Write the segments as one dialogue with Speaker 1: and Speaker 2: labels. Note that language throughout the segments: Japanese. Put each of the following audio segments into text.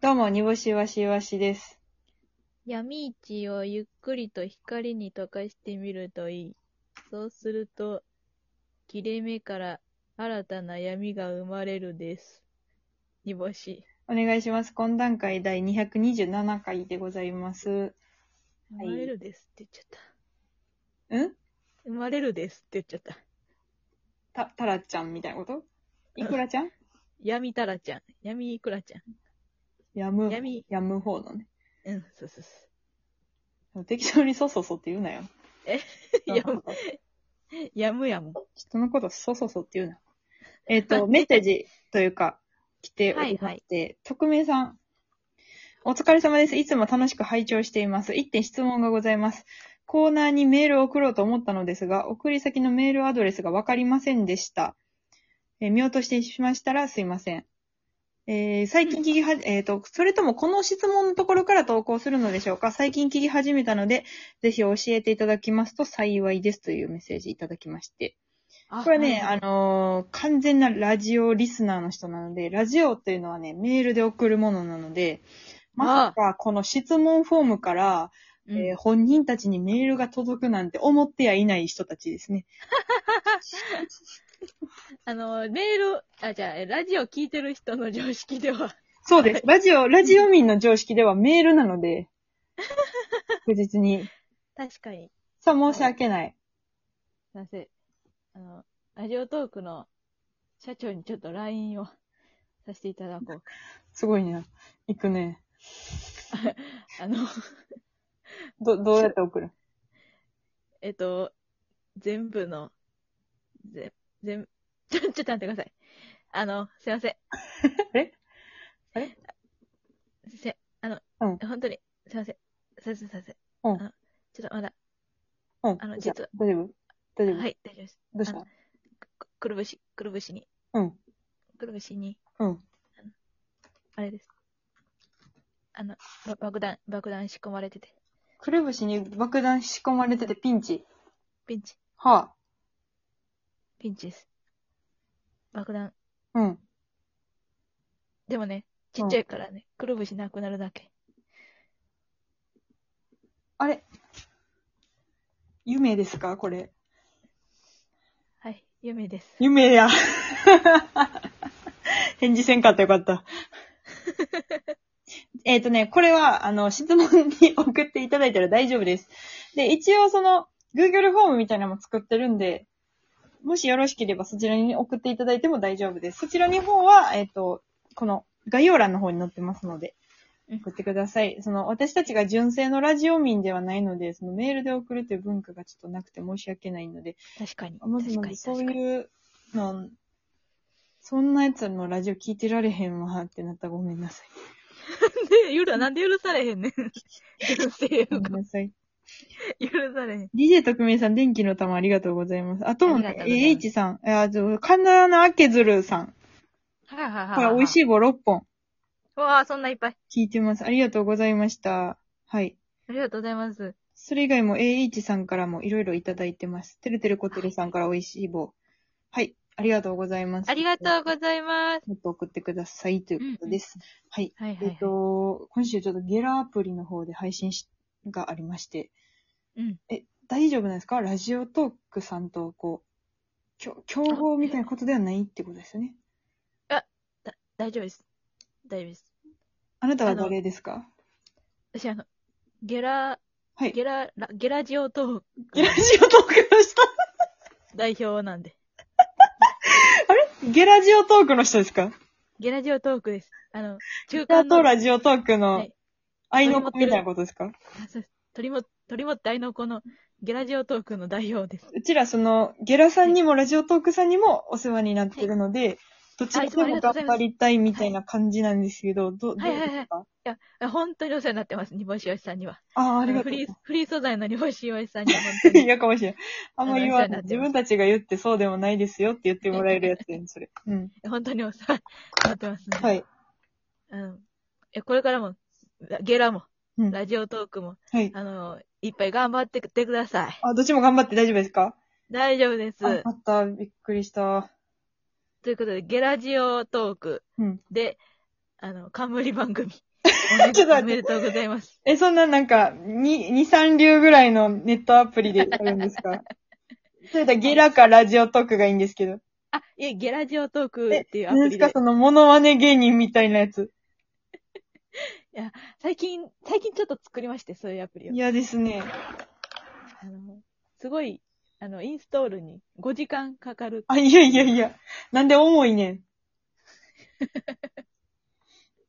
Speaker 1: どうも、煮干しわしわしです。
Speaker 2: 闇市をゆっくりと光に溶かしてみるといい。そうすると、切れ目から新たな闇が生まれるです。煮干し。
Speaker 1: お願いします。懇談会第227回でございます。はい
Speaker 2: 生まれるですって言っちゃった。
Speaker 1: ん
Speaker 2: 生まれるですって言っちゃった。
Speaker 1: た、たらちゃんみたいなこといくらちゃん
Speaker 2: 闇タラちゃん。闇イクラちゃ
Speaker 1: やむ
Speaker 2: ん。、闇、
Speaker 1: やむ方のね。
Speaker 2: うん、そうそうそ
Speaker 1: 適当にそそそって言うなよ。
Speaker 2: う。やむ、やむやもん。
Speaker 1: 人のことそそそって言うな。えっ、と、メッセージというか、来ておりまして、匿名さん。お疲れ様です。いつも楽しく拝聴しています。1点質問がございます。コーナーにメールを送ろうと思ったのですが、送り先のメールアドレスがわかりませんでした。えー見落としてしましたらすいません。えー最近聞きはじ、えっ、と、それともこの質問のところから投稿するのでしょうか最近聞き始めたので、ぜひ教えていただきますと幸いですというメッセージいただきまして。
Speaker 2: あ
Speaker 1: これね、
Speaker 2: はい
Speaker 1: あのー完全なラジオリスナーの人なので、ラジオっていうのはね、メールで送るものなので、まさかこの質問フォームから、
Speaker 2: うん
Speaker 1: えー本人たちにメールが届くなんて思ってやいない人たち ですね。
Speaker 2: あの、メール、あ、じゃあ、ラジオ聞いてる人の常識では、
Speaker 1: そうです。ラジオ、ラジオ民の常識ではメールなので、確実に。
Speaker 2: 確かに、
Speaker 1: さあ、申し訳ない。
Speaker 2: なぜ、あの、ラジオトークの社長にちょっと LINE を させていただこう。
Speaker 1: すごいな。行くね。
Speaker 2: あの、
Speaker 1: ど、どうやって送る
Speaker 2: えっと、全部の、ぜ、全、 ちょ、ちょっと待ってください。あの、すいません。
Speaker 1: えあれ
Speaker 2: せ、あの、
Speaker 1: うん
Speaker 2: 本当に、すいません。すいません、すいません。
Speaker 1: うん
Speaker 2: あのちょっとまだ、
Speaker 1: うん。
Speaker 2: あの
Speaker 1: じゃ
Speaker 2: 実は
Speaker 1: 大丈夫大丈夫、
Speaker 2: はい、大丈夫です。
Speaker 1: どうした
Speaker 2: くくくるぶし、くるぶしに、
Speaker 1: うん。
Speaker 2: くるぶしに、
Speaker 1: うん。
Speaker 2: あれです。あの、ば爆弾、爆弾仕込まれてて、
Speaker 1: くるぶしに爆弾仕込まれててピンチ。
Speaker 2: ピンチ。
Speaker 1: は
Speaker 2: ピンチです。爆弾。
Speaker 1: あ。うん。
Speaker 2: でもね、ちっちゃいからね、くるぶしなくなるだけ。
Speaker 1: あれ夢ですかこれ。
Speaker 2: はい、夢です。
Speaker 1: 夢や。返事せんかったよか った。えっとね、これは、あの、質問に送っていただいたら大丈夫です。で、一応その、Google フォームみたいなのも作ってるんで、もしよろしければそちらに送っていただいても大丈夫です。そちらの方は、えっ、と、この概要欄の方に載ってますので、
Speaker 2: うん
Speaker 1: 送ってください。その、私たちが純正のラジオ民ではないので、そのメールで送るという文化がちょっとなくて申し訳ないので、
Speaker 2: 確かに。
Speaker 1: まず
Speaker 2: 確
Speaker 1: ま
Speaker 2: か
Speaker 1: ず
Speaker 2: に、
Speaker 1: そう
Speaker 2: 確かに。
Speaker 1: いうの、そんなやつのラジオ聞いてられへんわってなったらごめんなさい。
Speaker 2: で、ゆる、なんで許されへんねん。 純正
Speaker 1: ご
Speaker 2: を
Speaker 1: めんなさい。
Speaker 2: 許されへん。
Speaker 1: DJ 特命さん、電気の玉ありがとうございます。あとも
Speaker 2: あ
Speaker 1: ね
Speaker 2: りが、とうございます
Speaker 1: AH さん、あ、ちょ神田のあけずるさん
Speaker 2: はいはいはい。
Speaker 1: から美味し
Speaker 2: い。
Speaker 1: い棒6本
Speaker 2: わあ、そんないっぱい。
Speaker 1: 聞いてます。ありがとうございました。はい。
Speaker 2: ありがとうございます。
Speaker 1: それ以外も AH さんからもいろいろいただいてます。てるてるこてるさんから美味しい棒。はい。ありがとうございます。
Speaker 2: ありが
Speaker 1: う。
Speaker 2: とうございます。
Speaker 1: もっと送ってくださいということです。はい。
Speaker 2: はいは
Speaker 1: えっ
Speaker 2: いはい。
Speaker 1: と、今週ちょっとゲラアプリの方で配信しがありまして、
Speaker 2: うん。
Speaker 1: え、大丈夫なんですかラジオトークさんと、こう、きょ競合みたいなことではないってことですよね。
Speaker 2: 大丈夫です。大丈夫です。
Speaker 1: あなたは誰ですか
Speaker 2: 私、あの、ゲラ、
Speaker 1: はい。
Speaker 2: ゲラ、ラゲラジオトーク
Speaker 1: ゲラジオトークの 人
Speaker 2: 代表なんで。
Speaker 1: ゲラジオトークの人ですか
Speaker 2: ゲラジオトークです。あの、
Speaker 1: ゲ
Speaker 2: 中
Speaker 1: ラ
Speaker 2: 間の
Speaker 1: と、ラジオトーク
Speaker 2: は
Speaker 1: の
Speaker 2: い
Speaker 1: 愛の子みたいなことですか
Speaker 2: あそうです鳥も、鳥も大のこのゲラジオトークの代表です。
Speaker 1: うちらその、ゲラさんにもラジオトークさんにもお世話になってるので、どちらでも頑張りたいみたいな感じなんですけど、ど、どう
Speaker 2: はいはいはい
Speaker 1: ですか
Speaker 2: いや、本当にお世話になってます、煮干しよしさんには。
Speaker 1: ああ、ありがと
Speaker 2: フ
Speaker 1: う。
Speaker 2: リー、フリー素材の煮干しよしさんには 本当
Speaker 1: い
Speaker 2: に。
Speaker 1: やかもしれん。あんま言わな
Speaker 2: あ
Speaker 1: い。
Speaker 2: の
Speaker 1: 自分たちが言ってそうでもないですよって言ってもらえるやつやん、それ。うん。
Speaker 2: 本当にお世話になってます、ね。
Speaker 1: はい。
Speaker 2: うん。え、これからも、ゲラも、
Speaker 1: うん
Speaker 2: ラジオトークも、
Speaker 1: はい。
Speaker 2: あの、いっぱい頑張ってってください。
Speaker 1: あ、どっちも頑張って大丈夫ですか
Speaker 2: 大丈夫です。
Speaker 1: あ、よかった。びっくりした。
Speaker 2: ということで、ゲラジオトーク
Speaker 1: うん。
Speaker 2: で、あの、冠番組、
Speaker 1: ちょっと待って
Speaker 2: おめでとうございます。
Speaker 1: え、そんななんか、に、二三流ぐらいのネットアプリでやるんです かそれだゲラかラジオトークがいいんですけど。
Speaker 2: あ、いえ、ゲラジオトーク
Speaker 1: え
Speaker 2: っていうア
Speaker 1: 何です
Speaker 2: プリ
Speaker 1: か
Speaker 2: で
Speaker 1: そ。のモノマネ芸人みたいなやつ。
Speaker 2: 最近、最近ちょっと作りまして、そういうアプリを。
Speaker 1: 嫌ですね。
Speaker 2: あの、すごい、あの、インストールに5時間かかる。
Speaker 1: あ、いやいやいや。なんで重いねん。い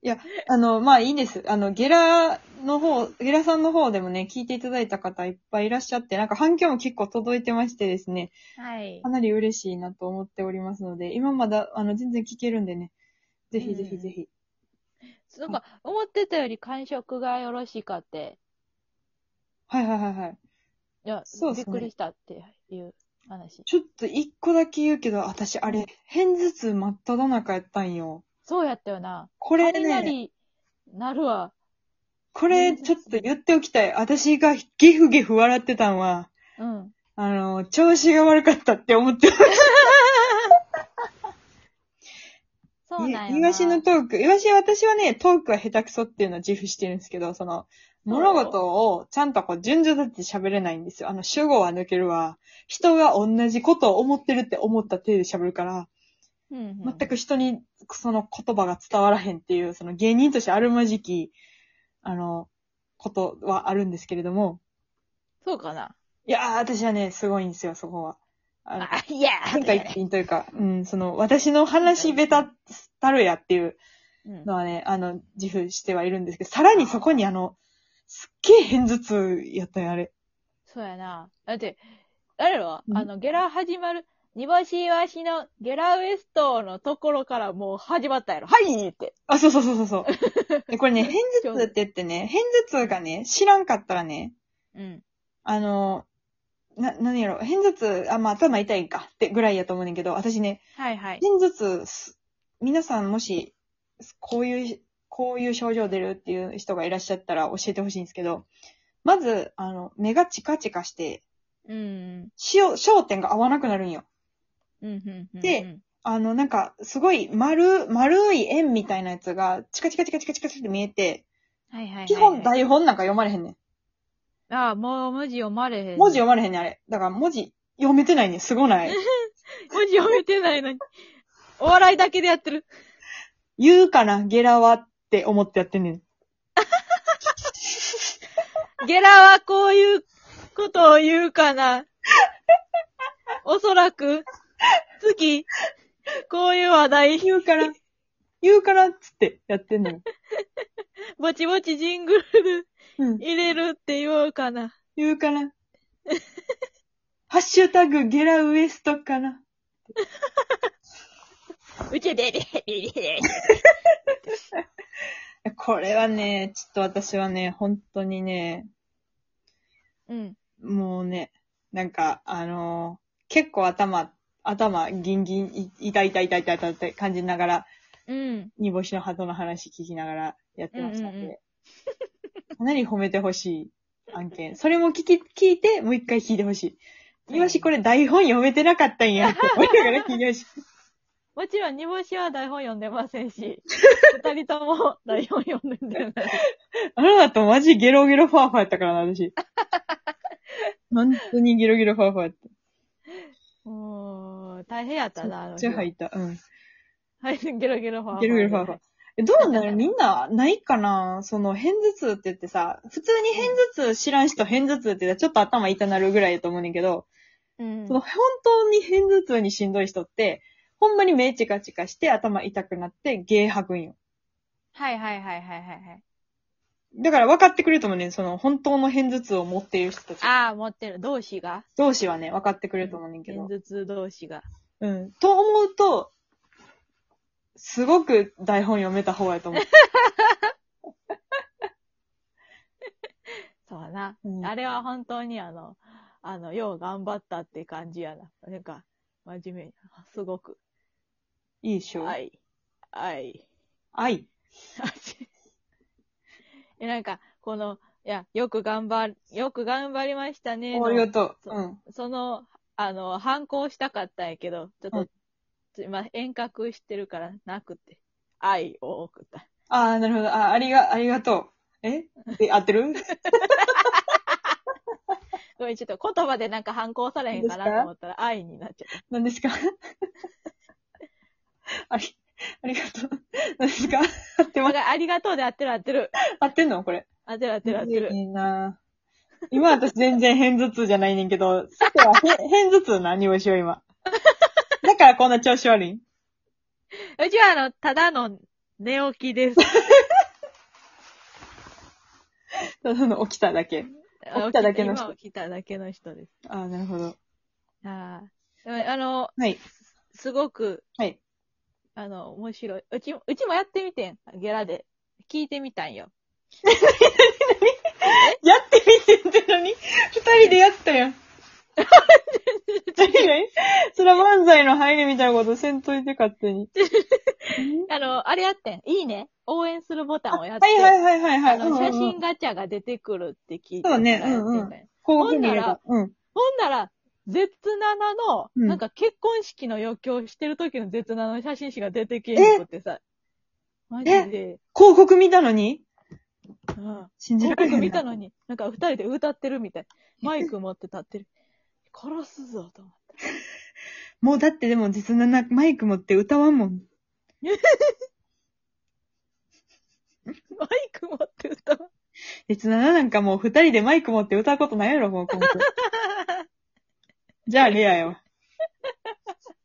Speaker 1: や、あの、まあいいです。あの、ゲラの方、ゲラさんの方でもね、聞いていただいた方いっぱいいらっしゃって、なんか反響も結構届いてましてですね、
Speaker 2: はい
Speaker 1: か。なり嬉しいなと思っておりますので、今まだ、あの、全然聞けるんでね、ぜひぜひぜひ。
Speaker 2: なんか、思ってたより感触がよろしかって、
Speaker 1: はいはいはいはい。
Speaker 2: いや、
Speaker 1: そうっす
Speaker 2: び
Speaker 1: ね
Speaker 2: っくりしたっていう話。
Speaker 1: ちょっと一個だけ言うけど、私あれ、偏頭痛真っ只中やったんよ。
Speaker 2: そうやったよな。
Speaker 1: これね、
Speaker 2: 雷、なるわ。
Speaker 1: これちょっと言っておきたい。私がゲフゲフ笑ってたんは、
Speaker 2: うん。
Speaker 1: あの、調子が悪かったって思ってまし
Speaker 2: そうなん
Speaker 1: た。
Speaker 2: や
Speaker 1: い
Speaker 2: な。
Speaker 1: イワシのトーク。イワシは私はね、トークは下手くそっていうのは自負してるんですけど、その、物事をちゃんとこう順序立って喋れないんですよ。あの、主語は抜けるわ。人が同じことを思ってるって思った手で喋るから、
Speaker 2: うんうん、
Speaker 1: 全く人にその言葉が伝わらへんっていう、その芸人としてあるまじき、あの、ことはあるんですけれども、
Speaker 2: そうかな。
Speaker 1: いやー、私はね、すごいんですよ、そこは。あの
Speaker 2: あ、いやー
Speaker 1: 天下一品というか、うん、その、私の話ベタたるやっていう
Speaker 2: うん
Speaker 1: のはね、あの、自負してはいるんですけど、さらにそこにあの、すっげえ偏頭痛やったよ、あれ。
Speaker 2: そうやな。だって、あれろ、
Speaker 1: うん
Speaker 2: あの、ゲラ始まる、煮干しわしのゲラウエストのところからもう始まったやろ。はいって。
Speaker 1: あ、そうそうそうそうそう。でこれね、偏頭痛って言ってね、偏頭痛がね、知らんかったらね、
Speaker 2: うん。
Speaker 1: あの、な、何やろ、偏頭痛、あ、まあ頭痛いんかってぐらいやと思うねんけど、私ね、
Speaker 2: はいはい。
Speaker 1: 偏頭痛す、皆さんもし、こういう、こういう症状出るっていう人がいらっしゃったら教えてほしいんですけど、まず、あの、目がチカチカして、
Speaker 2: うんうん。
Speaker 1: しよ焦点が合わなくなるんよ。
Speaker 2: うんうんうん。
Speaker 1: で、あの、なんか、すごい丸、丸い円みたいなやつが、チカチカチカチカチカって見えて、
Speaker 2: はいはいはいはい。
Speaker 1: 基本台本なんか読まれへんね
Speaker 2: ああ、もう文字読まれへん。
Speaker 1: ん。文字読まれへんねん、あれ。だから文字読めてないねん、すごない。
Speaker 2: 文字読めてないのに。お笑いだけでやってる。
Speaker 1: 言うかな、ゲラはって思ってやってんねん。
Speaker 2: ゲラはこういうことを言うかな。おそらく、月、こういう話題、
Speaker 1: 言うから、言うからっつってやってんのよ。
Speaker 2: ぼちぼちジングル
Speaker 1: うん。
Speaker 2: 入れるって言おうかな。
Speaker 1: 言うかな。 ハッシュタグゲラウエストかな。
Speaker 2: うちで、で、で、で。
Speaker 1: これはね、ちょっと私はね、本当にね、
Speaker 2: うん。
Speaker 1: もうね、なんか、あのー結構頭、頭ギンギン、い痛い痛い痛い痛い痛いって感じながら、
Speaker 2: うん。
Speaker 1: 煮干しの鳩の話聞きながらやってましたんで、
Speaker 2: うんうん
Speaker 1: かなり褒めてほしい案件。それも聞き、聞いて、もう一回聞いてほしい。よし、これ台本読めてなかったんやって思いながら聞いてほしい。
Speaker 2: もちろん、煮干しは台本読んでませ んし、二人とも台本読んでない。
Speaker 1: あなたとマジゲロゲロファーファーやったからな、 私。本当にゲロゲロファーファーやった。
Speaker 2: もう、大変やったな、あ
Speaker 1: め
Speaker 2: の
Speaker 1: っ
Speaker 2: 日
Speaker 1: ちゃ
Speaker 2: は。
Speaker 1: 吐いた。うん。
Speaker 2: はい、ゲロゲロファー。
Speaker 1: ゲロゲロファーファー。えどうなのみんな、ないかなその、偏頭痛って言ってさ、普通に偏頭痛知らん人偏頭痛って言ったらちょっと頭痛なるぐらいやと思うねんけど、
Speaker 2: うん
Speaker 1: その、。本当に偏頭痛にしんどい人って、ほんまに目チカチカして頭痛くなって、ゲー吐くんよ。
Speaker 2: はいはいはいはいはいはい。
Speaker 1: だから分かってくれると思うねんその、本当の偏頭痛を持っている人たち。
Speaker 2: ああ、持ってる。同士が。
Speaker 1: 同士はね、分かってくれると思うねんけど
Speaker 2: 偏。頭痛同士が。
Speaker 1: うん。と思うと、すごく台本読めた方やと 思う。
Speaker 2: そうやな。
Speaker 1: うん
Speaker 2: あれは本当にあの、あの、よう頑張ったって感じやな。なんか、真面目。すごく。
Speaker 1: いいでしょ
Speaker 2: 愛。愛。
Speaker 1: 愛。
Speaker 2: え、なんか、この、いや、よく頑張る、よく頑張りましたねの。
Speaker 1: ありがとう。
Speaker 2: そう
Speaker 1: うん。
Speaker 2: その、あの、反抗したかったんやけど、ちょっと、
Speaker 1: うん
Speaker 2: ちょ今遠隔してるからなくて、愛を送った。
Speaker 1: ああ、なるほど。ああ、ありが、ありがとう。 えで合ってる
Speaker 2: ごめん、ちょっと言葉でなんか反抗されへんかなと思ったら、愛になっちゃった。
Speaker 1: 何ですか あり、ありがとう。何ですか合ってま
Speaker 2: わ、かありがとうで合ってる合ってる。
Speaker 1: 合ってんのこれ。
Speaker 2: 合ってる合ってる合ってる
Speaker 1: い。いな今私全然偏頭痛じゃないねんけど、さてはへ 偏頭痛何をしよう今。だからこんな調子悪いん
Speaker 2: うちはあの、ただの寝起きです。
Speaker 1: ただの起きただけ。起きただけの人
Speaker 2: 今起きただけの人です。
Speaker 1: ああ、なるほど。
Speaker 2: ああ。でもあの、
Speaker 1: はい。
Speaker 2: すごく、
Speaker 1: はい。
Speaker 2: あの、面白い。うち、うちもやってみてん。ゲラで。聞いてみたんよ。
Speaker 1: やってみてんって何二人でやった やん。二人でそれは漫才の入りみたいなことせんといて勝 手に。
Speaker 2: あの、あれやってん。いいね。応援するボタンをやって。
Speaker 1: はいはいはいはいはい。
Speaker 2: あの、
Speaker 1: うんうんうん
Speaker 2: 写真ガチャが出てくるって聞いて
Speaker 1: そうね
Speaker 2: やってたよ
Speaker 1: うんうんこういうふうにやれば。うん。
Speaker 2: ほんなら、絶七の、
Speaker 1: うん
Speaker 2: なんか結婚式の余興してる時の絶七の写真誌が出てきてくってさ。マジで。
Speaker 1: 広告見たのに
Speaker 2: うん。
Speaker 1: 信じら
Speaker 2: 広
Speaker 1: れへんな
Speaker 2: 告見たのに、なんか二人で歌ってるみた い。マイク持って立ってる。殺すぞ、と思って。
Speaker 1: もうだってでも実なな、マイク持って歌わんもん。
Speaker 2: マイク持って歌う。
Speaker 1: 実なななんかもう二人でマイク持って歌うことないやろ、もう今後。 じゃあレアよ。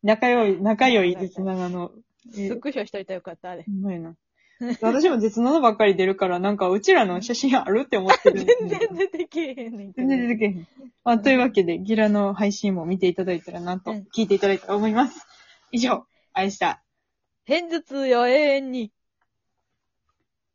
Speaker 1: 仲良い、仲良い実ななの。え
Speaker 2: スクショしといたらよかった、あれ。
Speaker 1: うまいな。私も絶ななばっかり出るから、なんかうちらの写真あるって思ってる。
Speaker 2: 全然出てけえへんねんけ
Speaker 1: 全
Speaker 2: ど。
Speaker 1: 然出てけへん。まあ、というわけで、ギラの配信も見ていただいたらなと、
Speaker 2: うん
Speaker 1: 聞いていただいたら思います。以上、愛した。
Speaker 2: 偏頭痛よ、永遠に。